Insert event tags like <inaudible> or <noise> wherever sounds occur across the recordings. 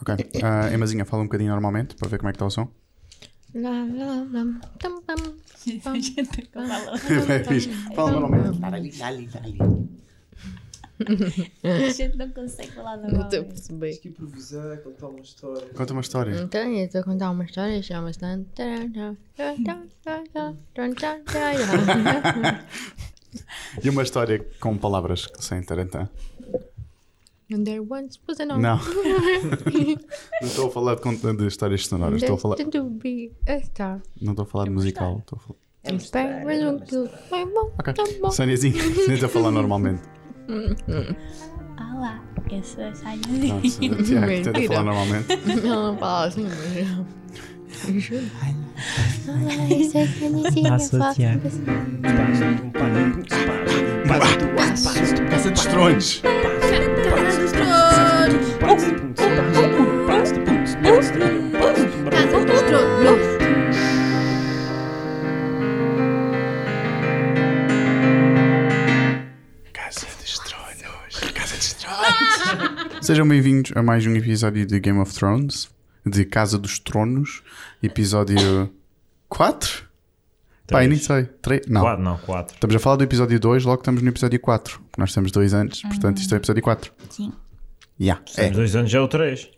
Ok. Ah, Emazinha, fala um bocadinho normalmente para ver como é que está o som. <laughs> <laughs> Tá <laughs> É fixe. Fala normalmente. A gente não consegue falar Não estou a normalmente. perceber. que improvisar, contar uma história. Conta uma <laughs> história. Então, eu estou a contar uma história, chama-se. tan, taran, tan, taran, tan, taran, tan, taran, taran. E uma história com palavras sem tarantã. And there once was an Não. Não estou a falar de, cont- de histórias sonoras. Estou a falar. destined to be a star. Não estou a falar de musical. Estou a falar. His parents would do my mom, my Ok. mom. Soniazinha, tenta falar normalmente. Ah lá, eu sou a Saiya. <laughs> Não, Tiago, tenta Mentira. falar normalmente. <laughs> Ela não fala assim, mas. Eu juro. Passa de estrões. Ah, tá, Casa dos Tronos. Casa dos Tronos. Sejam bem-vindos a mais um episódio de Game of Thrones, de Casa dos Tronos, episódio 4? Pá, eu nem sei. 3? Não. 4, não, 4. Estamos a falar do episódio 2, logo estamos no episódio 4. porque Nós temos dois antes, portanto isto é o episódio 4. Sim. Yeah. É. Os dois anos já é o 3.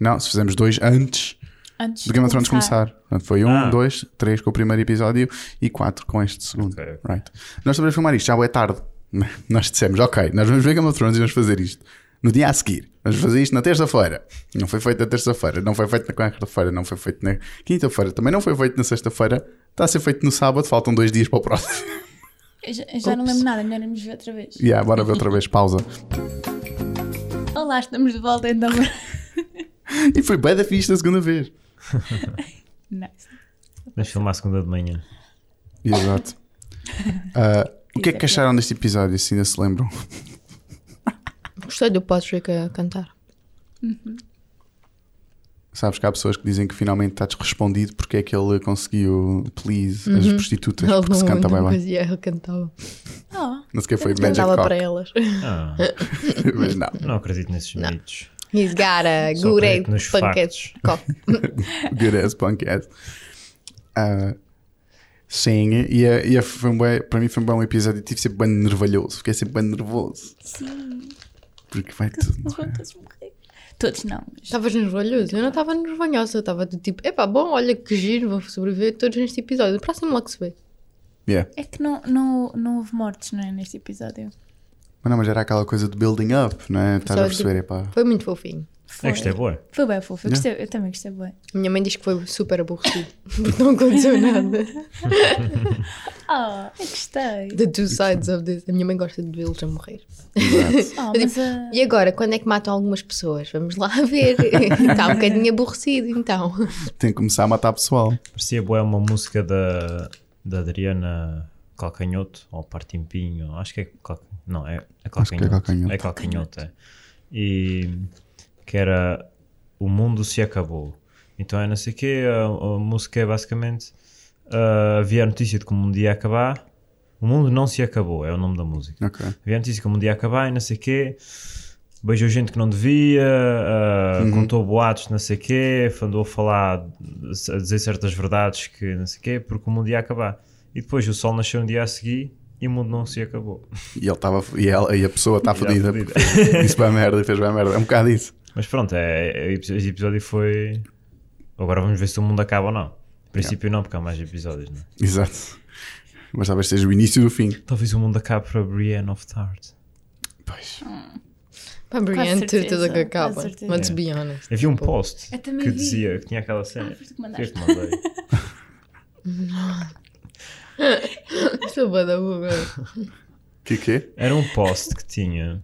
Não, se fizemos dois antes <laughs> Antes do Game of Thrones começar. Portanto, foi um, Ah. dois, três com o primeiro episódio e quatro com este segundo. Ok. Right. Nós estamos a filmar isto, já é tarde. <laughs> Nós dissemos, ok, nós vamos ver Game of Thrones e vamos fazer isto. No dia a seguir, vamos fazer isto na terça-feira. Não foi feito na terça-feira, não foi feito na quarta-feira, não foi feito na quinta-feira, também não foi feito na sexta-feira. Está a ser feito no sábado, faltam dois dias para o próximo. <laughs> Eu já, eu já não lembro nada, melhor irmos ver outra vez. yeah, bora ver outra vez, pausa. Olá, estamos de volta <laughs> então. E foi bem da fixe da segunda vez. Nice. Vamos filmar a segunda de manhã. Exato. Ah, o que é que acharam deste episódio, se ainda se lembram? Gostei do Patrick a cantar. Sabes que há pessoas que dizem que finalmente está respondido porque é que ele conseguiu please as prostitutas porque se canta bem bem. fazia, ele cantava. Oh, Não sequer foi Ele Magic cantava para Cock, elas. Ah, mas não. não acredito nesses mitos. He's got a Só great acredito nos package cock. Good ass punk ass. Ah, sim, e, é- e é- foi um bué- para mim foi um bom episódio. Tive sempre bem nervalhoso, fiquei sempre bem nervoso sim. porque vai tudo. é? Eles vão todos morrer. Todos não. mas- Estavas nervoso? Eu não estava nervanhosa. Eu estava do tipo, epá, bom, olha que giro, vou sobreviver todos neste episódio. O próximo logo se vê. Yeah. É que não, não, não houve mortes, não é? Neste episódio. Mas não, mas era aquela coisa de building up, não é? Estás a Só perceber? de- Epá. Foi muito fofinho. Foi. É que isto é boa. Foi bem fofo. Eu, gostei, eu também gostei bem. A minha mãe diz que foi super aborrecido. <laughs> porque não aconteceu nada. Oh, eu gostei. The two sides of this. A minha mãe gosta de vê-los a morrer. Oh, <laughs> mas a... E agora, quando é que matam algumas pessoas? Vamos lá ver. <laughs> Está um bocadinho aborrecido, então. Tem que começar a matar pessoal. Parecia boa uma música da, da Adriana Calcanhoto, ou Partimpinho, acho que é Calcanhoto. Não, é, é que Calcanhoto. é Calcanhoto. É Calcanhoto, é. E que era O Mundo Se Acabou. Então é não sei o quê, a, a música é basicamente ah, havia a notícia de que o mundo ia acabar. O mundo não se acabou, é o nome da música. Ok. Havia notícia que o mundo ia acabar e não sei o quê. Beijou gente que não devia, ah, contou boatos, de não sei o quê, andou a falar, a dizer certas verdades que não sei o quê, porque o mundo ia acabar. E depois o sol nasceu no dia a seguir e o mundo não se acabou. E, ele tava, e, ela, e a pessoa está Está fodida. fodida. Isso vai merda e fez bem merda. É um bocado isso. Mas pronto, é, é- esse episódio foi. Agora vamos ver se o mundo acaba ou não. Em princípio, não, porque há mais episódios, não é? Exato. Mas talvez seja o início do fim. Talvez o mundo acabe para Brienne of Tart. Pois. Para Brienne, certeza, certeza que acaba. com certeza. Let's be honest. Havia um Tipo, post Eu também que vi. dizia que tinha aquela cena. foste tu que Fui eu que mandaste. mandei. Estou bué da burra. Que quê? Era um post que tinha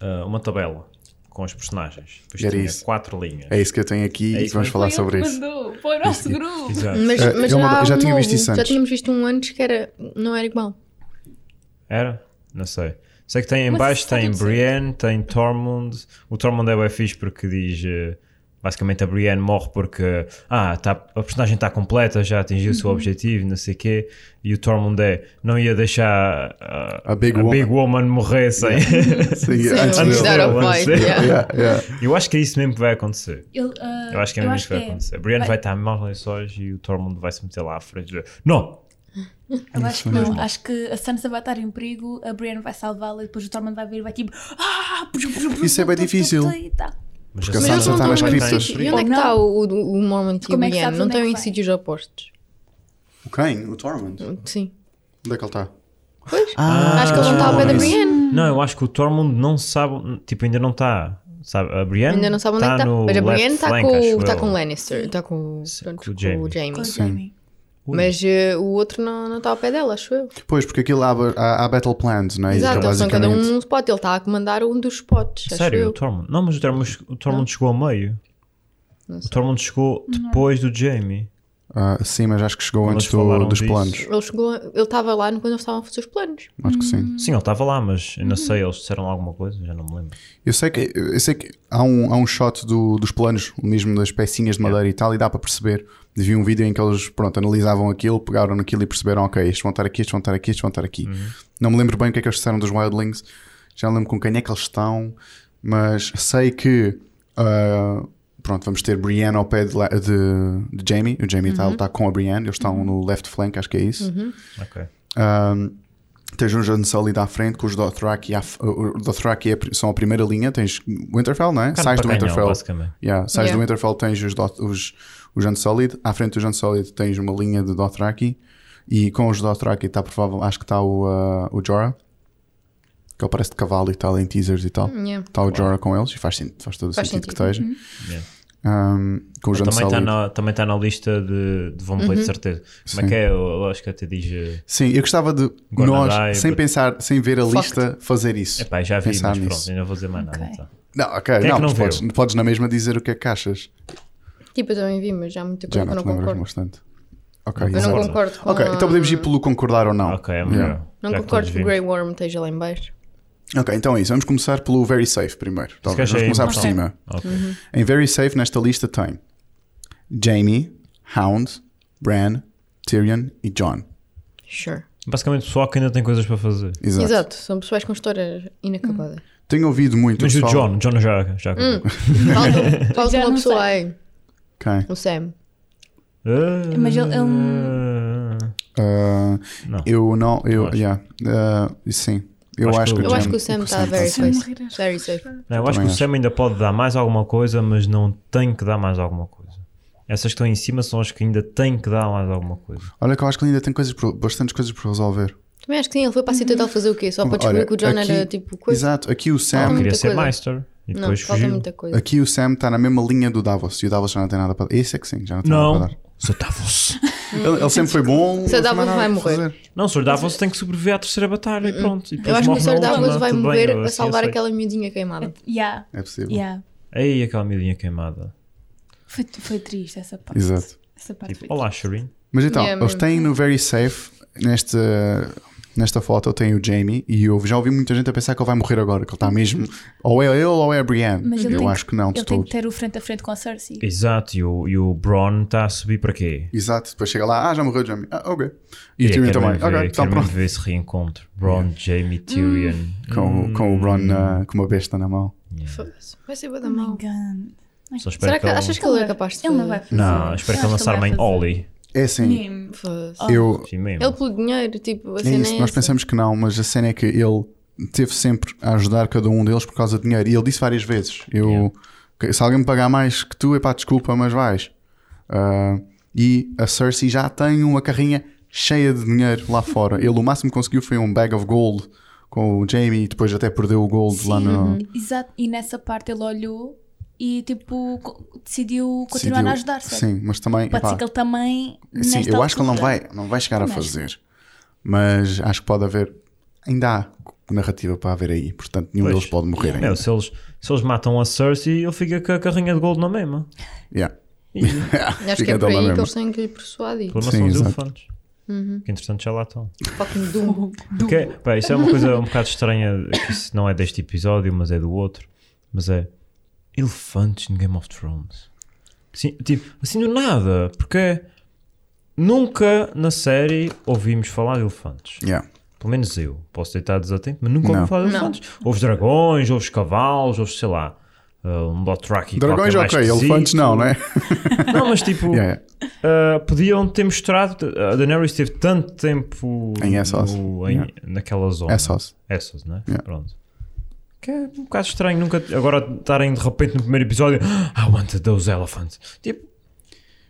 ah, uma tabela com os personagens. Depois Era tinha isso. quatro linhas. É isso que eu tenho aqui É e isso vamos mesmo. falar Foi sobre ele que isso. <laughs> Mandou para o nosso grupo. Exato. Mas, É, mas eu já, mando- há já um tinha novo. visto isso Já antes. tínhamos visto um antes que era, não era igual. Era? Não sei. Sei que tem em Mas baixo, está tem tudo certo. Brienne, tem Tormund. O Tormund é bem fixe porque diz eh, Basicamente a Brienne morre porque ah, tá, a personagem está completa, já atingiu o seu objetivo, não sei o quê. E o Tormund é, não ia deixar ah, A big woman. morrer sem. Sim, Sim, antes antes dele. de dar ao Antes fight. dele. yeah. <laughs> Yeah, yeah. <laughs> Eu acho que é isso mesmo que vai acontecer. Ele, ah, Eu acho que é mesmo isso que vai acontecer. A Brienne vai estar mal lençóis e o Tormund vai se meter lá à frente. e dizer, Não! Eu acho que não. Acho que a Sansa vai estar em perigo, a Brienne vai salvá-la e depois o Tormund vai vir e vai tipo. "Ah, pum, pum, pum, Isso é bem pum, pum, difícil. pum, pum", e tal. Porque a Mas Sansa tá eles não está estão nas no mesmo criptas. sítio. E onde é que Ou está não. o, o, o Mormont e o Como é que Brienne? sabes Não onde é estão que em vai? sítios opostos. O Kane, o Tormund. Onde Sim. é que ele está? Pois. Ah, acho que ele não está ao pé da isso. Brienne. Não, eu acho que o Tormund não sabe, tipo, ainda não está. Sabe, a Brienne Ainda não sabe onde é tá que está. no Mas a Brienne left está flank, com, acho o- tá eu. com o Lannister. Está com, Sim, pronto, com o com Jaime. o Jaime. Com o Sim. Jaime. Ui. Mas eh, o outro não não está ao pé dela, acho eu. Pois, porque aquilo há, há, há battle plans, não é? Exato, Ah, Então, eles são cada um basicamente. num spot. Ele está a comandar um dos spots, acho Sério, o eu. Tormund. Não, mas o Tormund, o Tormund chegou ao meio. Não O sei. Tormund chegou depois do Jamie. Ah, sim, mas acho que chegou Eles antes do- falaram dos disso. planos. Ele chegou, ele estava lá quando eles estavam a fazer os planos. Acho que sim. Sim, ele estava lá, mas Uhum. eu não sei, eles disseram alguma coisa, já não me lembro. Eu sei que, eu sei que há, um, há um shot do- dos planos, mesmo das pecinhas de madeira e tal, e dá para perceber. Vi um vídeo em que eles pronto, analisavam aquilo, pegaram naquilo e perceberam: ok, estes vão estar aqui, estes vão estar aqui, estes vão estar aqui. Não me lembro bem o que é que eles disseram dos Wildlings, já não lembro com quem é que eles estão, mas sei que. ah, Pronto, vamos ter Brienne ao pé de, la- de- de Jamie. O Jamie está a lutar com a Brienne. Eles estão no left flank, acho que é isso. Ok. Um, tens um Jon Sully à frente com os Dothraki. à f- o- o Dothraki é pri- são a primeira linha. Tens Winterfell, não é? Cara sais do para canhão, Winterfell. basicamente. Yeah, sais Yeah. do Winterfell, tens os, Doth- os, os Unsullied. À frente dos Unsullied tens uma linha de Dothraki. E com os Dothraki está provável, acho que está o, ah, o Jorah. Que ele parece de cavalo e tal, em teasers e tal. Está Yeah. o Jorah com eles e faz, sen- faz todo o Hum. Faz sentido, que sentido. esteja. Uhum. Yeah. Um, com os Também está Unsullied. na, também tá na lista de, de Von Play, Uhum. de certeza. Como Sim. é que é? Eu, eu acho que até diz. eh, Sim, eu gostava de Gonadai, nós, sem but- pensar, sem ver a lista, fazer isso. Epá, já vi, Pensar mas nisso. pronto, ainda vou dizer mais nada. Ok. Então. Não, ok, Quem é não, que não mas viu? podes, podes na mesma dizer o que é que achas. Tipo, eu também vi, mas já há muita Já coisa que não, eu não te lembras concordo. bastante. Ok, Eu não exato. concordo com Ok, a- então podemos ir pelo concordar ou não. Ok, é melhor. Yeah. Já Não que concordo todos que o Grey vimos. Worm esteja lá em baixo. Ok, então é isso. Vamos começar pelo Very Safe primeiro. talvez. que Vamos começar achei por cima. importante. Ok. Uhum. Em Very Safe, nesta lista tem Jamie, Hound, Bran, Tyrion e John. Sure. Basicamente, o pessoal que ainda tem coisas para fazer. Exato. Exato. são pessoas com histórias inacabadas. Tenho ouvido muito. Mas o pessoal- John, o John já. Hum. já acabou. Falta, falta Já uma não pessoa sei. aí, Quem? o Sam. É, Ah, Mas ele- um- Ah, Não. Eu não. Eu, Acho. yeah. Ah, sim. Eu Acho acho, que que, o- o Eu acho que o Jam- Sam está tá very safe. safe. Very safe. Não, eu acho que Também o Sam ainda pode dar mais alguma coisa, mas não tem que dar mais alguma coisa. Essas que estão em cima são as que ainda têm que dar mais alguma coisa. Olha, que eu acho que ele ainda tem coisas por- bastantes coisas por resolver. Também acho que sim, ele foi para a Citadel fazer o quê? Só para descobrir Olha, que o John era aqui- tipo coisa. Exato, aqui o Sam. Ele muita queria ser coisa. Master e não, depois falta fugiu. muita coisa. Aqui o Sam está na mesma linha do Davos e o Davos já não tem nada para dar. Esse é que sim, já não tem nada Não, para dar. Sr. Davos. Ele, ele sempre foi bom. <laughs> Se o ele Davos também vai nada morrer. para fazer. Não, Sr. Davos tem que sobreviver à terceira batalha e pronto. E depois Hum, Eu acho que o morre na Sr. Davos última, vai tudo bem, morrer eu a assim salvar aceito. aquela miudinha queimada. Yeah, É possível. yeah. Ei, aquela miudinha queimada. Foi, foi triste essa parte. Exato. Essa parte Tipo, foi olá, Shireen. Mas então, Yeah, eles mesmo. têm no Very Safe, neste, nesta foto, tem o Jamie e eu já ouvi muita gente a pensar que ele vai morrer agora, que ele está mesmo. Ou é ele ou é a Brienne. Mas ele eu tem acho que não, de Ele tem todo. que ter o frente a frente com a Cersei. Exato, e o, e o Bron está a subir para quê? Exato, depois chega lá, ah, já morreu o Jamie. Ah, ok. E o Yeah, Tyrion quero também. mesmo ver- Ok, então quero mesmo pronto. ver esse reencontro. Bron, Jamie, Hum. Tyrion. Hum. Com, o- com o Bron ah, com uma besta na mão. Foda-se, Vai ser bué da Oh my mal. god. Só espero Será que ele- achas que ele é capaz de Ele não fazer? vai fazer. Não, Ah, espero que ele não se arme em Ollie. É assim, Sim. Foda-se. eu, Sim mesmo. Ele pelo dinheiro, tipo, a É cena isso, é nós essa. pensamos que não, mas a cena é que ele teve sempre a ajudar cada um deles por causa de dinheiro. E ele disse várias vezes: eu, Yeah. que- Se alguém me pagar mais que tu, epá, desculpa, mas vais. Ah, e a Cersei já tem uma carrinha cheia de dinheiro lá fora. Ele o máximo que conseguiu foi um bag of gold com o Jamie e depois até perdeu o gold lá uhum. no. Exato. E nessa parte ele olhou e tipo co- decidiu continuar decidiu- a ajudar, certo? Sim, mas também. Pode epá, ser que ele também. Sim, nesta eu acho que ele não altura- vai, não vai chegar a Não acho. fazer. Mas acho que pode haver. Ainda há narrativa para haver aí. Portanto, nenhum Pois. deles pode morrer ainda. Meu, se, eles, se eles matam a Cersei, ele fica com a carrinha de gold na mesma. Yeah. Acho que Fica é dela por aí que mesmo. eles têm que lhe persuadir. Pelo Sim, são os exato. elefantes. Uhum. Que entretanto já lá estão. Fucking Dumbo. Que- pá, isso é uma coisa um bocado estranha. Que isso não é deste episódio, mas é do outro. Mas é. Elefantes no Game of Thrones. Sim, tipo, assim do nada, porque nunca na série ouvimos falar de elefantes. Yeah. Pelo menos eu. Posso deitar desatento, mas nunca Não. ouvi falar de Não. elefantes. Houve dragões, houve cavalos, houve, sei lá, uh, um Dothraki. Dragões, qualquer mais ok. esquisito. Elefantes, não, não é? Não, mas tipo, <laughs> Yeah, yeah. uh, podiam ter mostrado. uh, A Daenerys teve tanto tempo Em Essos. no- em- Yeah. naquela zona. É só. se- Essos, né? Yeah. Pronto. Que é um bocado estranho nunca agora estarem de repente no primeiro episódio. "Ah, I want those elephants. Tipo,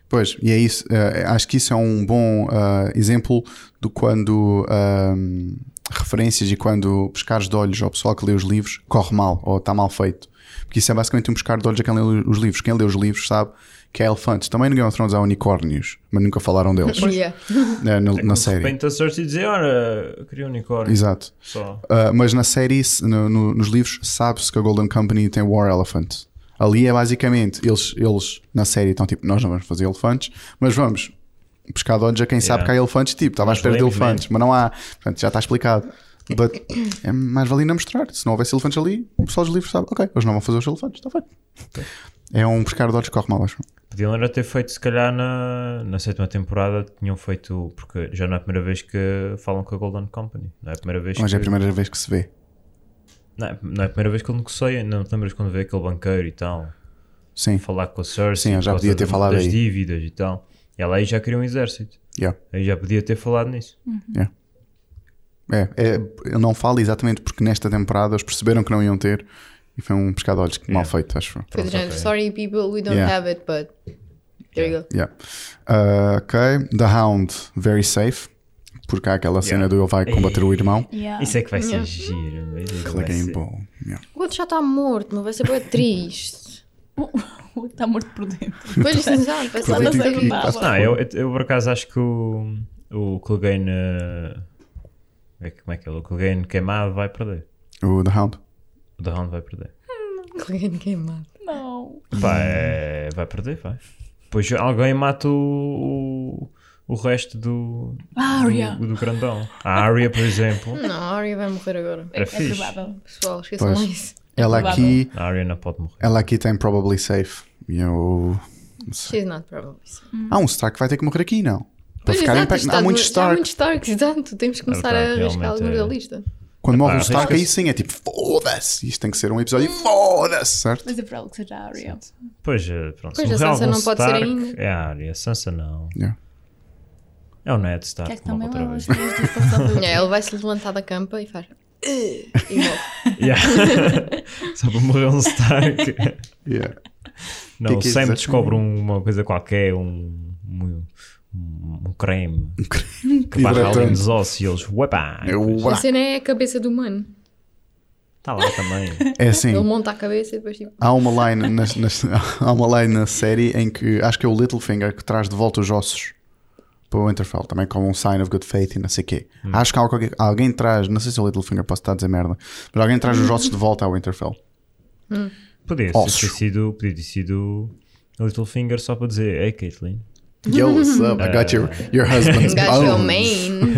Pois, e é isso. eh, acho que isso é um bom ah, exemplo do quando ahm, referências e quando pescares de olhos ao pessoal que lê os livros corre mal ou está mal feito. Porque isso é basicamente um pescar de olhos a quem lê os livros. Quem lê os livros sabe que há elefantes. Também no Game of Thrones há unicórnios, mas nunca falaram <laughs> deles Yeah. eh, na, na É de série. repente a Cersei dizer: Ora, eu queria um unicórnio. Exato. Só. Uh, mas na série, se- no- no- nos livros, sabe-se que a Golden Company tem War Elephant. Ali é basicamente, eles, eles na série estão tipo, nós não vamos fazer elefantes, mas vamos pescar de olhos a quem sabe que há elefantes, tipo, estava à Mas espera de lemos elefantes, mas não há, portanto, já está explicado. But, é mais valia não mostrar, se não houvesse elefantes ali, o pessoal dos livros sabe, ok, eles não vão fazer os elefantes, está feito. É um pescar de olhos que corre mal, acho. Podiam era ter feito, se calhar, na, na sétima temporada, tinham feito, porque já não é a primeira vez que falam com a Golden Company. Não é a primeira vez Mas que. é a primeira vez que se vê. Não, é, não é a primeira vez que ele negocia, não é te lembras quando vê aquele banqueiro e tal, Sim, falar com a Cersei Sim, eu por já causa podia ter do- falado das aí. dívidas e tal. Ela aí já queria um exército. yeah. Aí já podia ter falado nisso. É, é, ele não fala exatamente porque nesta temporada eles perceberam que não iam ter e foi um pescar de olhos que mal Yeah. feito, acho. eu. Foi do Pronto, género, ok. sorry people, we don't Yeah. have it, but there you go. Yeah. Uh, ok, The Hound, very safe, porque há aquela cena do ele vai combater o irmão. Yeah. Isso é que vai ser giro. mas isso vai Clique em ser- bom. Yeah. O outro já está morto, mas vai ser bem triste. é <laughs> Está tá morto por dentro. Pois, Então, exato, vai ser Aproveita bem que- triste. quase- Não, eu, eu, eu por acaso acho que o, o Clegane. eh, como é que- Como é que é? O Clegane queimado vai perder. O The Hound. O The Hound vai perder. Alguém queimado. Não. Pá, Hum. é- vai perder, vai. Pois alguém mata o, o, o resto do, Ah, Arya. Hum, do, do grandão. A Arya, por exemplo. Não, a Arya vai morrer agora. É, Era é fixe. provável. Pessoal, esqueçam Pois. lá isso. Ela provável. aqui, A Arya não pode morrer. ela aqui tem probably safe. E eu- She's not probably. Há um Stark que vai ter que morrer aqui, não. Para Pois, ficar em exato, pé. isto Há está muitos demasiado- Há Stark. muitos Starks, exato. Temos que começar verdade, a arriscar realmente alguns é- da lista. Quando morre um arrisca-se. Stark, aí sim é tipo foda-se. Isto tem que ser um episódio foda-se, certo? Mas é provável que seja a Arya. Pois, eh, Pois, pronto. se a morrer Sansa algum não pode ser Stark, ainda. É a Arya. Sansa não. Yeah. É o Ned Stark. Quer que morre também leva outra vez. <laughs> os três <laughs> dias para <laughs> Yeah, salvar. ele vai se levantar da campa e faz. "Ugh", E morre. Yeah. <laughs> Só para morrer um <laughs> Stark. Yeah. Não, Que que é sempre isso? descobre um- uma coisa qualquer, um, um, um- um creme que barra ali Hidratante. nos ossos e eles, uepá, Eu- A cena é a cabeça do humano. está Tá lá também. É assim. Ele monta a cabeça e depois tipo. Há uma line na, <laughs> há uma line na série em que acho que é o Littlefinger que traz de volta os ossos para o Winterfell, também como um sign of good faith e não sei o quê. Hum. Acho que há qualquer- alguém traz, não sei se é o Littlefinger, posso estar a dizer merda, mas alguém traz os ossos de volta ao <laughs> Winterfell. Podia ter Ossos. sido, podia ter sido a Littlefinger só para dizer, ei Caitlyn, Yo, what's up? I got your, <laughs> your husband's Got your bones." é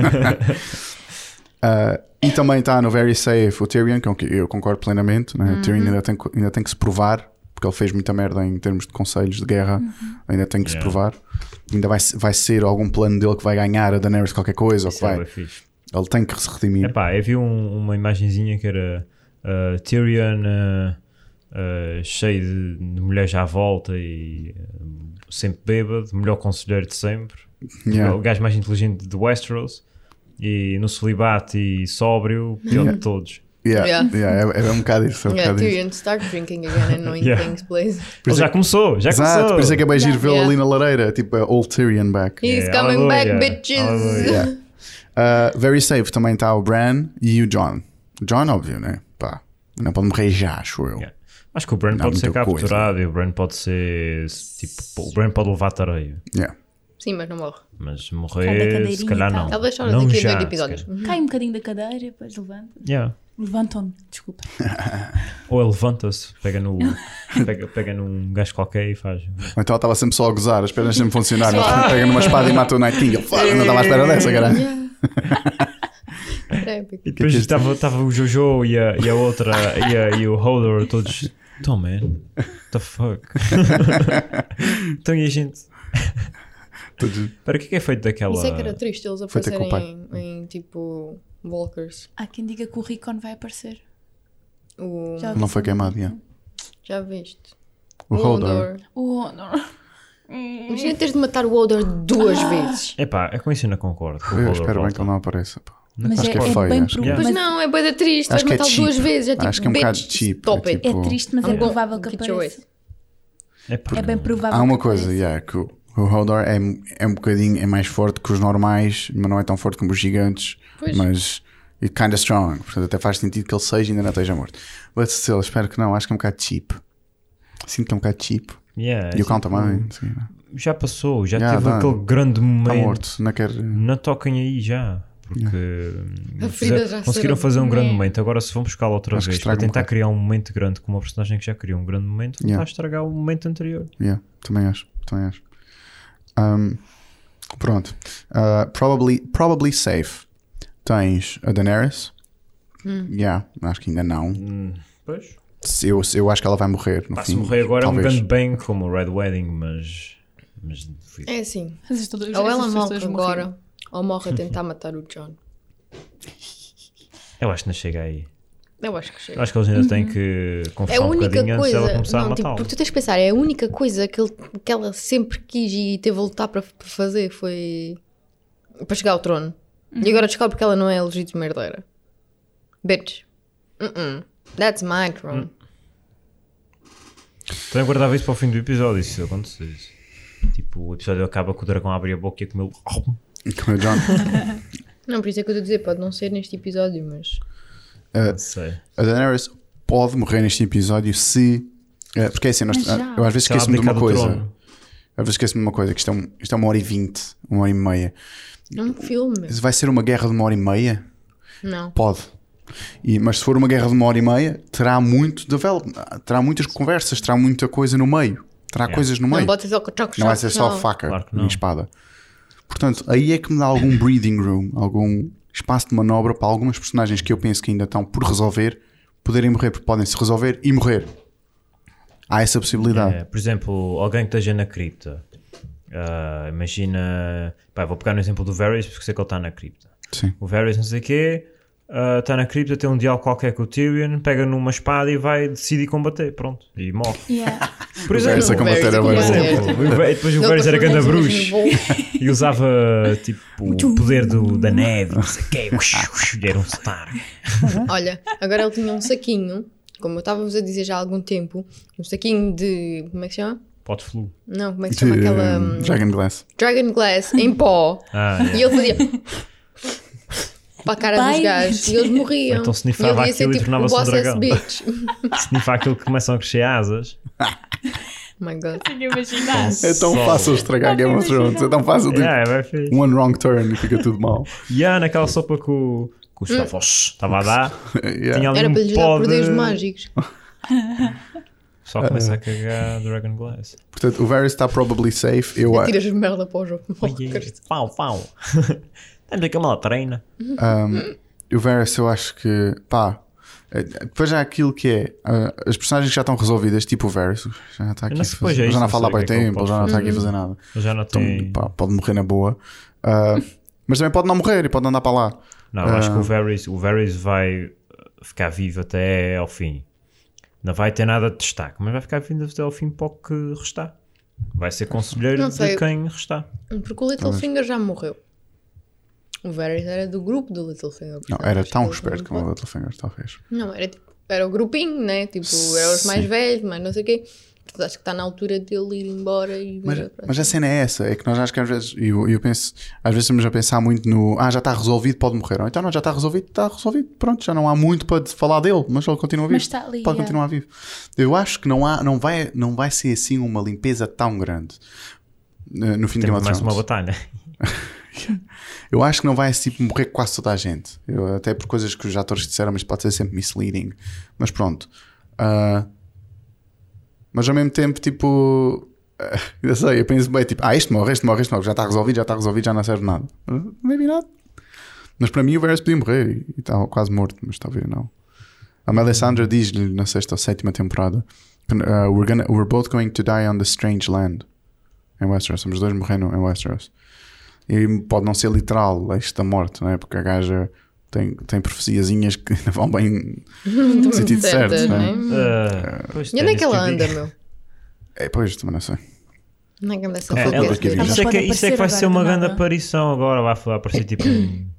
<laughs> main. Ah, e também está no Very Safe o Tyrion, com que eu concordo plenamente. Uhum. Né? O Tyrion ainda tem, que- ainda tem que se provar, porque ele fez muita merda em termos de conselhos de guerra. Uhum. Ainda tem que se Yeah. provar. Ainda vai, vai ser algum plano dele que vai ganhar a Daenerys qualquer coisa, ou que isso é vai. bué fixe. Ele tem que se redimir. Epá, eu vi um- uma imagenzinha que era ah, Tyrion ah, ah, cheio de, de mulheres à volta e ah, sempre bêbado, melhor conselheiro de sempre, Yeah. É o gajo mais inteligente de Westeros e no celibato e sóbrio, pior de todos. Yeah. Yeah. Yeah, É, é um bocado isso. É um Yeah, bocado isso. Tyrion, start drinking again and knowing Yeah. things, <laughs> please. Por Ele isso é já começou, já Exato, começou. por isso é que é bem giro Yeah. vê-lo ali Yeah. na lareira, tipo uh, old Tyrion back. He's Yeah, coming aleluia, back, bitches. aleluia. Yeah. Uh, very safe também está o Bran e o John. John, óbvio, né? Pá, não pode morrer já, acho eu. Yeah. Acho que o Bran Não, pode ser muita coisa. capturado e o Bran pode ser tipo, o Bran pode levar tareia, Yeah. <laughs> Sim, mas não morre. Cai mas da morrer cadeirinha se calhar e tal. não. Talvez só não tá- daqui já, a dois se episódios. calhar. Cai um bocadinho da cadeira, depois levanta. Yeah. Levantam-me, desculpa. Ou ele levanta-se, pega, no, <laughs> pega, pega num gajo qualquer e faz. Ou Então ela estava sempre só a gozar, as pernas sempre funcionaram. Mas pega numa espada e mata o Night King. Ele, "Fuck, não estava à espera dessa, caralho. Yeah. Era épico. E depois que é isto? estava, estava o Jojo e a, e a outra e, a- e o Holder todos. Então, man, <laughs> the fuck? então e a gente? Todos- Para que é que é feito daquela. Isso é que era triste, eles Foi ter com o aparecerem em, em, tipo Walkers. Há quem diga que o Ricon vai aparecer. O, já. Já- Não foi queimado, yeah. viste? um O Hodor. O Honor. Imagina teres de matar o Odor duas Ah. vezes. Epá, é com isso eu não concordo. com o Eu Roller espero bem Coaster. que ele não apareça. pá. Não Mas Acho é, que é é feio, bem acho que é. provável. Mas Mas não, é boa triste, vais Acho que é matá-lo cheap. duas vezes. É tipo, Acho que é um bitch, bocado cheap, Stop é it. tipo- é triste, mas é I'm gonna provável que get your apareça. Epá, É bem não. provável. Há uma que coisa, apareça. yeah, que o o Hodor é, é um bocadinho é mais forte que os normais, mas não é tão forte como os gigantes, Pois. mas é kinda strong, portanto até faz sentido que ele seja e ainda não esteja morto. But still, espero que não, acho que é um bocado cheap. Sinto que é um bocado cheap. Yeah, é e o Cão tipo, também. sim, não. Já passou, já Yeah, teve dá. aquele Está grande momento. morto, não quer. não toquem aí já. Porque hum, A ferida fizer- já conseguiram será- fazer um grande Né. momento. Agora, se vão buscá-lo outra Acho que vez para estraga um tentar bocado. criar um momento grande com uma personagem que já criou um grande momento, Yeah. está a estragar o momento anterior. Yeah, também acho, também acho. Um, pronto. Uh, probably, probably safe. Tens a Daenerys. Yeah, acho que ainda não. Pois. Se Eu, se eu acho que ela vai morrer. No Pá, fim, se morrer agora talvez. é um <laughs> grande bem como o Red Wedding, mas. Mas. É assim. Essas todas- Ou essas ela morre pessoas morreram. agora, ou morre a tentar matar o John. Eu acho que não chega aí. Eu acho que Eu chega. acho que eles ainda têm que É a conversar um única bocadinho antes dela coisa. começar a não, tipo, matá-lo. porque tu tens de pensar, é a única coisa que, ele- que ela sempre quis e teve a lutar para, para fazer foi para chegar ao trono. E agora descobre que ela não é a legítima herdeira. Bitch. Uh-uh. That's my Hum. throne. Então eu guardava isso para o fim do episódio, se isso acontecesse. Tipo, o episódio acaba com o dragão a abrir a boca e a comer. o- Com é o John. Não, por isso é que eu estou a dizer, pode não ser neste episódio, mas. Não sei. A Daenerys pode morrer neste episódio se. eh, Porque é assim, nós- Mas já. eu às vezes Já esqueço-me de uma abdicar do coisa. trono. Às vezes esqueço-me de uma coisa, que isto é, um- isto é uma hora e vinte, uma hora e meia. É Tipo, um filme. Vai ser uma guerra de uma hora e meia? Não. Pode. E- mas se for uma guerra de uma hora e meia, terá muito develop, terá muitas conversas, terá muita coisa no meio. Terá É. coisas no Não meio. Não, pode ser só com choc vai ser só faca Claro que e não. espada. Portanto, aí é que me dá algum breathing room, algum espaço de manobra para algumas personagens que eu penso que ainda estão por resolver poderem morrer, porque podem se resolver e morrer. Há essa possibilidade. É, por exemplo, alguém que esteja na cripta. Ah, imagina. Pá, vou pegar no exemplo do Varys porque sei que ele está na cripta. Sim. O Varys, não sei o quê, ah, está na cripta, tem um diálogo qualquer com o Tyrion, pega numa espada e vai decidir combater. Pronto, e morre. Yeah. <laughs> Por Varys exemplo. é a combater Varys a a Por Varys. combater. exemplo, o Var- depois o Varys era ganda bruxo e usava tipo o poder do, da neve, não sei o quê, <laughs> ush, ush, era um Stark. Olha, agora ele tinha um saquinho, como eu estava-vos a dizer já há algum tempo, um saquinho de. Como é que se chama? Pode flu. Não, como é que se De, chama aquela. hum, um, Dragon Glass. Dragon Glass <laughs> em pó. Ah, E yeah. ele fazia. para a cara Pai, dos gajos. E eles morriam. Então snifava ele ia ser aquilo e tipo tornava-se um boss ass dragão. <laughs> bitch. Sniffa aquilo que começam a crescer asas. Oh my god. É tão Só- fácil estragar Game of Thrones. É tão fácil. de- Yeah, vai fixe. One wrong turn e fica tudo mal. <laughs> E há naquela sopa que o, que o Stavros estava a dar, Yeah. tinha ali Hum. Era um para lhes dar pó de- poderes mágicos. Só começa Ah. a cagar Dragon Glass. Portanto, o Varys está probably safe. Eu, É Tiras merda para o jogo. Walkers. Pau, pau. <laughs> Estamos aqui a mala treina. o Varys, eu acho que. pá. eh, Depois há aquilo que é. ah, as personagens que já estão resolvidas, tipo o Varys, já não está aqui. não a sei, fazer- pois é, já isso não não fala há sei o bem que é que ele tempo, pode já não está aqui a fazer nada. Eu já não Então, tenho. pá, pode morrer na boa. Ah, <laughs> mas também pode não morrer e pode andar para lá. Não, eu acho que o Varys, o Varys vai eh, ficar vivo até ao fim. Não vai ter nada de destaque, mas vai ficar vivo até ao fim para o que restar. Vai ser conselheiro Não de sei. quem restar. Porque o Littlefinger já morreu. O Varys era do grupo do Littlefinger. Não, portanto, era acho que é tão eles esperto não como o Littlefinger, talvez. Não, era tipo, era o grupinho, né? Tipo, eram os mais Sim. velhos, mas não sei o quê. Portanto, acho que está na altura dele ir embora e vir Mas, a próxima. mas a cena é essa, é que nós acho que às vezes, e eu, eu penso, às vezes estamos a pensar muito no ah, já está resolvido, pode morrer. Ou então não, já está resolvido, está resolvido, pronto, já não há muito para falar dele, mas ele continua vivo. Mas está ali, pode yeah. continuar vivo. Eu acho que não, há, não, vai, não vai ser assim uma limpeza tão grande eh, no fim de Tem Game of mais uma Thrones. batalha. Eu acho que não vai assim morrer quase toda a gente. Eu, até por coisas que os atores disseram, mas pode ser sempre misleading. Mas pronto. Ah, mas ao mesmo tempo, tipo. ah, <laughs> Eu sei, eu penso bem, tipo, ah, este morre, este morre, este morre, já está resolvido, já está resolvido, já não serve de nada. Mas, Maybe not. Mas para mim o Varys podia morrer e- e estava quase morto, mas talvez não. A Melisandre diz-lhe na sexta ou sétima temporada Uh, we're, gonna, we're both going to die on the strange land. Em Westeros. Somos dois morrendo em Westeros. E pode não ser literal esta morte, não é? Porque a gaja tem, tem profeciazinhas que <laughs> não vão bem no sentido certo, não é? <laughs> Ah, pois né? Hum. E onde é tem isso que ela eu digo. anda, <laughs> meu? É, pois, também não sei. Não é que anda essa É, Ela- ela- Elas foguete. isso, é que, podem isso é que vai aparecer ser uma agora do grande nada. aparição agora. Vai vai aparecer tipo um,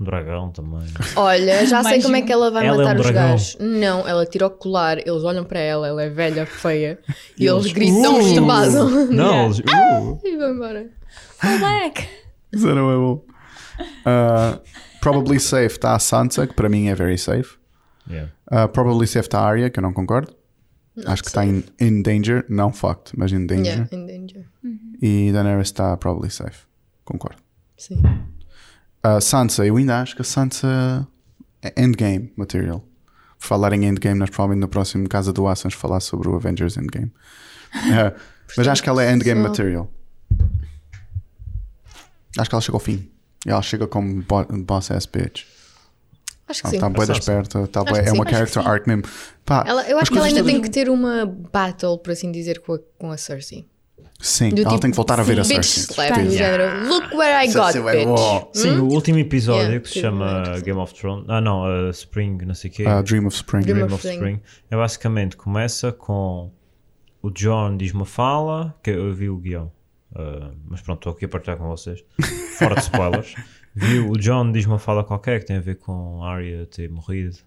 um dragão também. Olha, já sei Mais como é um. que ela vai Ela é matar um os dragão. gajos. Não, ela tira o colar, eles olham para ela, ela é velha, feia. E eles gritam, Uh! extravasam. Não, eles. uh! <laughs> E vão embora. Fall back! Isso era bem bom. Uh, probably safe está a Sansa, que para mim é very safe. Yeah. Uh, probably safe está a Arya, que eu não concordo. Acho que está in, in danger, não fucked, mas in danger. Yeah, in danger. E Daenerys está probably safe. Concordo. Sim. Uh, Sansa, eu ainda acho que a Sansa é endgame material. Por falar em endgame, nós provavelmente no próximo Casa do Aço vamos falar sobre o Avengers Endgame. <laughs> Uh, mas acho que ela é endgame só- material. Acho que ela chega ao fim. Ela chega como bo boss ass bitch. Acho que Ela sim. está bué da Acho que esperta. Tá bué- que é sim. uma Acho que character sim. arc mesmo. Pá, Ela- é eu as acho que coisas ela ainda todas- tem que ter uma battle, por assim dizer, com a, com a Cersei. Sim, Do ela tipo, tem que voltar a ver a Bitch Cersei. slap, Sim. do género, Look where I got, Cersei vai- bitch. Oh. Sim, o último episódio Hum? Yeah, tipo, é que se tive chama muito, sim. Game of Thrones. Ah, não, uh, Spring, não sei o quê. Uh, Dream of Spring. Dream Dream of of Spring. Spring. É basicamente começa com o John diz uma fala, que eu vi o guião, ah, mas pronto, estou aqui a partilhar com vocês, <laughs> fora de spoilers. vi o John diz uma fala qualquer que tem a ver com a Arya ter morrido.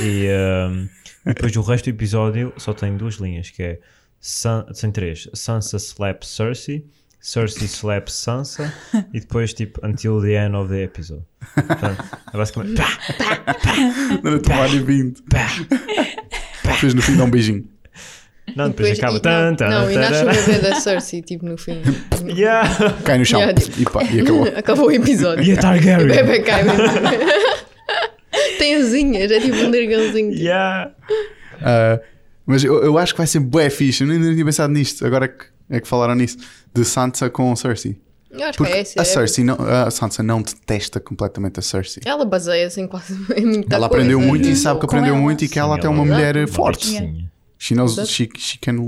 E ah, depois o resto do episódio só tem duas linhas, que é San, tem três, Sansa slap Cersei, Cersei slap Sansa e depois tipo until the end of the episode. Portanto, é basicamente pá, Durante uma hora e vinte. pá, Depois no fim dá um beijinho. Não, depois, acaba. e, Tan, tan, não, não, e tan, nasce o tan. bebê da Cersei, tipo, no fim. <laughs> Yeah. Cai no chão. Yeah, tipo- e, pá, e acabou. <laughs> Acabou o episódio. E a O Targaryen. <laughs> bebê cai mesmo. Tem asinhas, é tipo um dragãozinho. Yeah. Uh, mas eu, eu acho que vai ser bué fixe. Eu nem, nem tinha pensado nisto. Agora que, é que falaram nisso. De Sansa com Cersei. Eu acho que Porque é esse. a é- Cersei não, a Sansa não detesta completamente a Cersei. Ela baseia-se em quase em muita ela coisa. né? aprendeu muito e Uhum. sabe que Com aprendeu ela. muito e que ela Sim, até é uma ela- mulher Uma forte. bichinha. She knows, Exato. she, she can...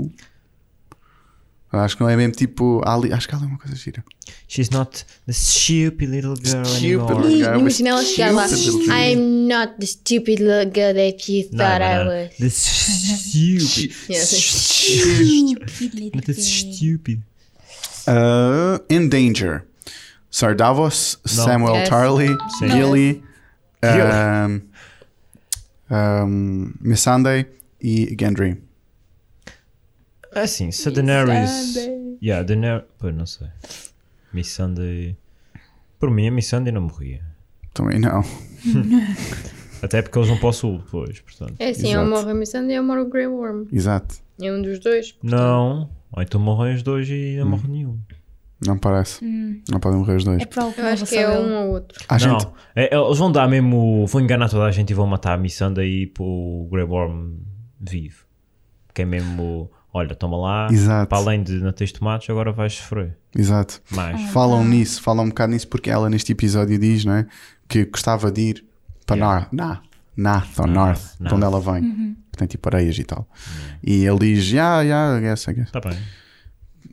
Acho que não é mesmo tipo. há ali- acho que ela é uma coisa gira. She's not the stupid little girl Stupid anymore. little Ih, girl Imagina ela with chegar lá. cute little I'm not the stupid little girl that you Não, thought I não, não. was. The <laughs> stupid. Yeah, sim. Not the É stupid. Uh, in Danger. Sardavos, Samuel Yes. Tarly, Sim. Gilly, um, um, Missandei e Gendry. É assim, se a Daenerys. Yeah, Daenerys. Pô, não sei. Missandei. Por mim, a Missandei não morria. Também não. <laughs> Até porque eles vão para o sul depois, portanto. É assim, Exato. eu morro a Missandei e eu moro o Grey Worm. Exato. É um dos dois. Não. Ou então morrem os dois e não Hum. morre nenhum. Não parece. Não podem morrer os dois. É provável Eu acho que é um ou outro. A não, gente. é- é- eles vão dar mesmo. Vão enganar toda a gente e vão matar a Missanda e pôr o Grey Worm vivo. Que é mesmo. Olha, toma lá. Exato. Para além de não teres tomates, agora vais sofrer. Exato. Mais. Ah. Falam nisso, falam um bocado nisso porque ela neste episódio diz, não é? Que gostava de ir para Yeah. Nar, Na, Nath ou Nah, North, de Narth. onde ela vem. Que tem tipo areias e tal. E ele diz, yeah, yeah, I guess, I guess. Está Tá bem.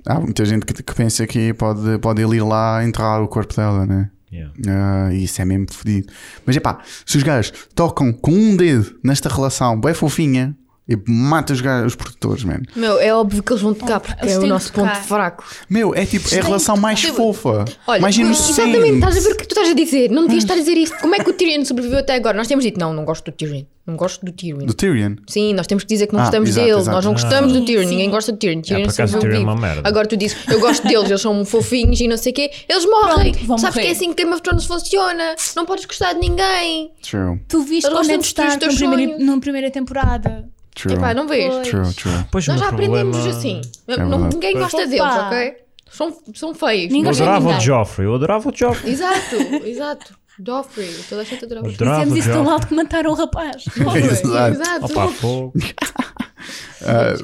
Há muita gente que, que pensa que pode, pode ele ir lá enterrar o corpo dela, né? Yeah. Ah, isso é mesmo fodido. Mas é pá, se os gajos tocam com um dedo nesta relação bem fofinha e mata os, gajos, os produtores, mano. Meu, é óbvio que eles vão tocar porque Eles é o têm nosso de tocar. ponto fraco. Meu, é tipo, é a relação mais fofa, Olha, mais inocente. exatamente, tá- estás a ver o que tu estás a dizer. Não devias estar a dizer isto. Como é que o Tyrion sobreviveu até agora? Nós temos dito, não, não gosto do Tyrion. Não gosto do Tyrion. Do Tyrion. Sim, nós temos que dizer que não Ah, gostamos exato, dele. exato. Nós não gostamos do Tyrion. Sim, Ninguém sim. gosta do Tyrion. Tyrion por sempre acaso o Tyrion é uma vivo. merda. Agora tu dizes, eu gosto deles, eles são fofinhos e não sei o quê. Eles morrem. Pronto, vão Sabes morrer. que é assim que Game of Thrones funciona. Não podes gostar de ninguém. True, Tu viste Eles onde gostam é de que destruir os estás teus num primeiro- sonhos. numa primeira temporada. true, Epá, não vês. Pois. true, true. Pois o Nós meu já aprendemos problema- assim. É Não- verdade. ninguém gosta deles, Opa. ok? São, são feios. é Ninguém Eu gosta de adorava o ninguém. Joffrey. Eu adorava o Joffrey. Exato, exato. Joffrey, toda a gente adorava. os- Adorava Dizemos o isso tão Joffrey. alto que mataram o <laughs> rapaz. Exato. Exato. Opa, fogo.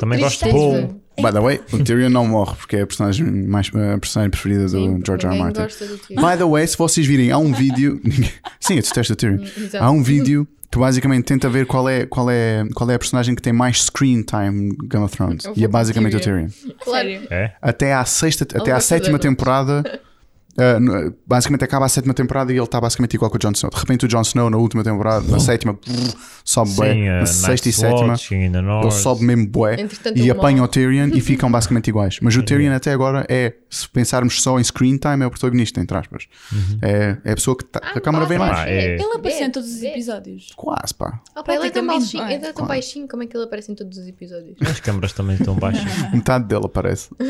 Também gosto de Tristeza. bolo. By the way, o Tyrion não morre porque é a personagem, mais, a personagem preferida do Sim, George R. R. ninguém Martin. gosta do <laughs> Tyrion. By the way, se vocês virem, há um vídeo. Sim, eu detesto o Tyrion. Hum, exato. Há um vídeo Tu basicamente tenta ver qual é, qual, é, qual é a personagem que tem mais screen time no Game of Thrones. Eu vou E é basicamente o Tyrion. Tyrion. Claro. <laughs> É? Até à, sexta, até à vai fazer sétima outro. temporada. <laughs> uh, no- basicamente acaba a sétima temporada e ele está basicamente igual que o Jon Snow. De repente o Jon Snow na última temporada, na sétima, <laughs> brrr, sobe Sim, bem. a Na sexta e Night's sétima, Watching in the ele North. sobe mesmo bué Entretanto, e ele apanha morre. o Tyrion e ficam basicamente iguais. Mas o Tyrion até agora é, se pensarmos só em screen time, é o protagonista, entre aspas. Uhum. É, é a pessoa que, tá- que Ah, a câmara vê pá, mais. é- Ele apareceu em todos os Vê. episódios. Quase, pá. Ah, pá, ele é tão Praticamente, baixinho, vai. ele é tão baixinho, como é que ele aparece em todos os episódios? As câmaras também estão baixas. <laughs> Metade dele aparece. <laughs>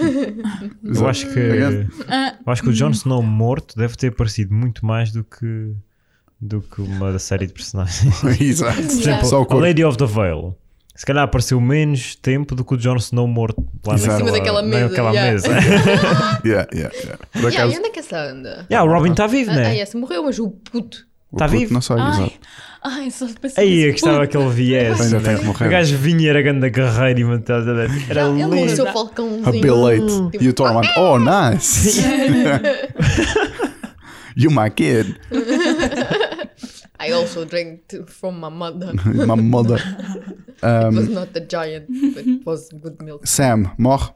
Eu acho que. Obrigado. Ah, Eu acho que o Jon Snow morto deve ter aparecido muito mais do que. do que uma série de personagens. Exato. Por exemplo, Só o a corpo. Lady of the Veil. Se calhar apareceu menos tempo do que o Jon Snow morto lá Exato. naquela, Em cima daquela mesa, naquela yeah. mesa. Yeah, yeah, yeah. Por Yeah, acaso, é. e onde é que essa anda? <laughs> Yeah, o Robin está vivo, Ah, né? ah, yeah, se morreu, mas o puto. o tá puto vivo? Não sei, exato. ai, ai, só pensei Aí é que nisso. estava aquele viés. Ainda né? tem que morrer. O gajo vinha e era ganda guerreiro e manteve. Era Não, ele lindo. Com o Exato. seu falcãozinho. A Bill Late. E o Tormund. Oh, nice. <laughs> you my kid. I also drank t- from my <laughs> mother. My mother. Um. It was not a giant, but it was good milk. Sam, morre?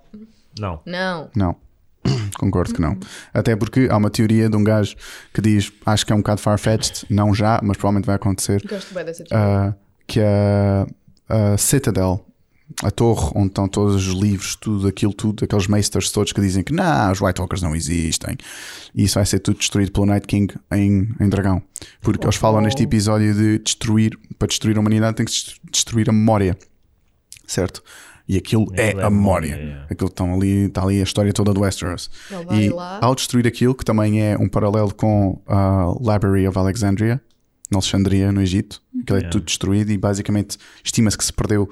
Não. Não. Não. <coughs> Concordo que não. Até porque há uma teoria de um gajo que diz, acho que é um bocado far-fetched, não já, mas provavelmente vai acontecer, Gosto bem dessa tipo teoria. ah, que a, a Citadel, a torre onde estão todos os livros, tudo aquilo, tudo, aqueles maesters todos que dizem que não, os White Walkers não existem, e isso vai ser tudo destruído pelo Night King em, em Dragão. Porque eles falam Oh. neste episódio de destruir, para destruir a humanidade tem que se destruir a memória, certo? E aquilo é, Ele é a a memória, memória. yeah. Aquilo estão ali, está ali a história toda do Westeros. Ele vai E lá. ao destruir aquilo, que também é um paralelo com a Library of Alexandria, na Alexandria, no Egito, aquilo é tudo destruído e basicamente estima-se que se perdeu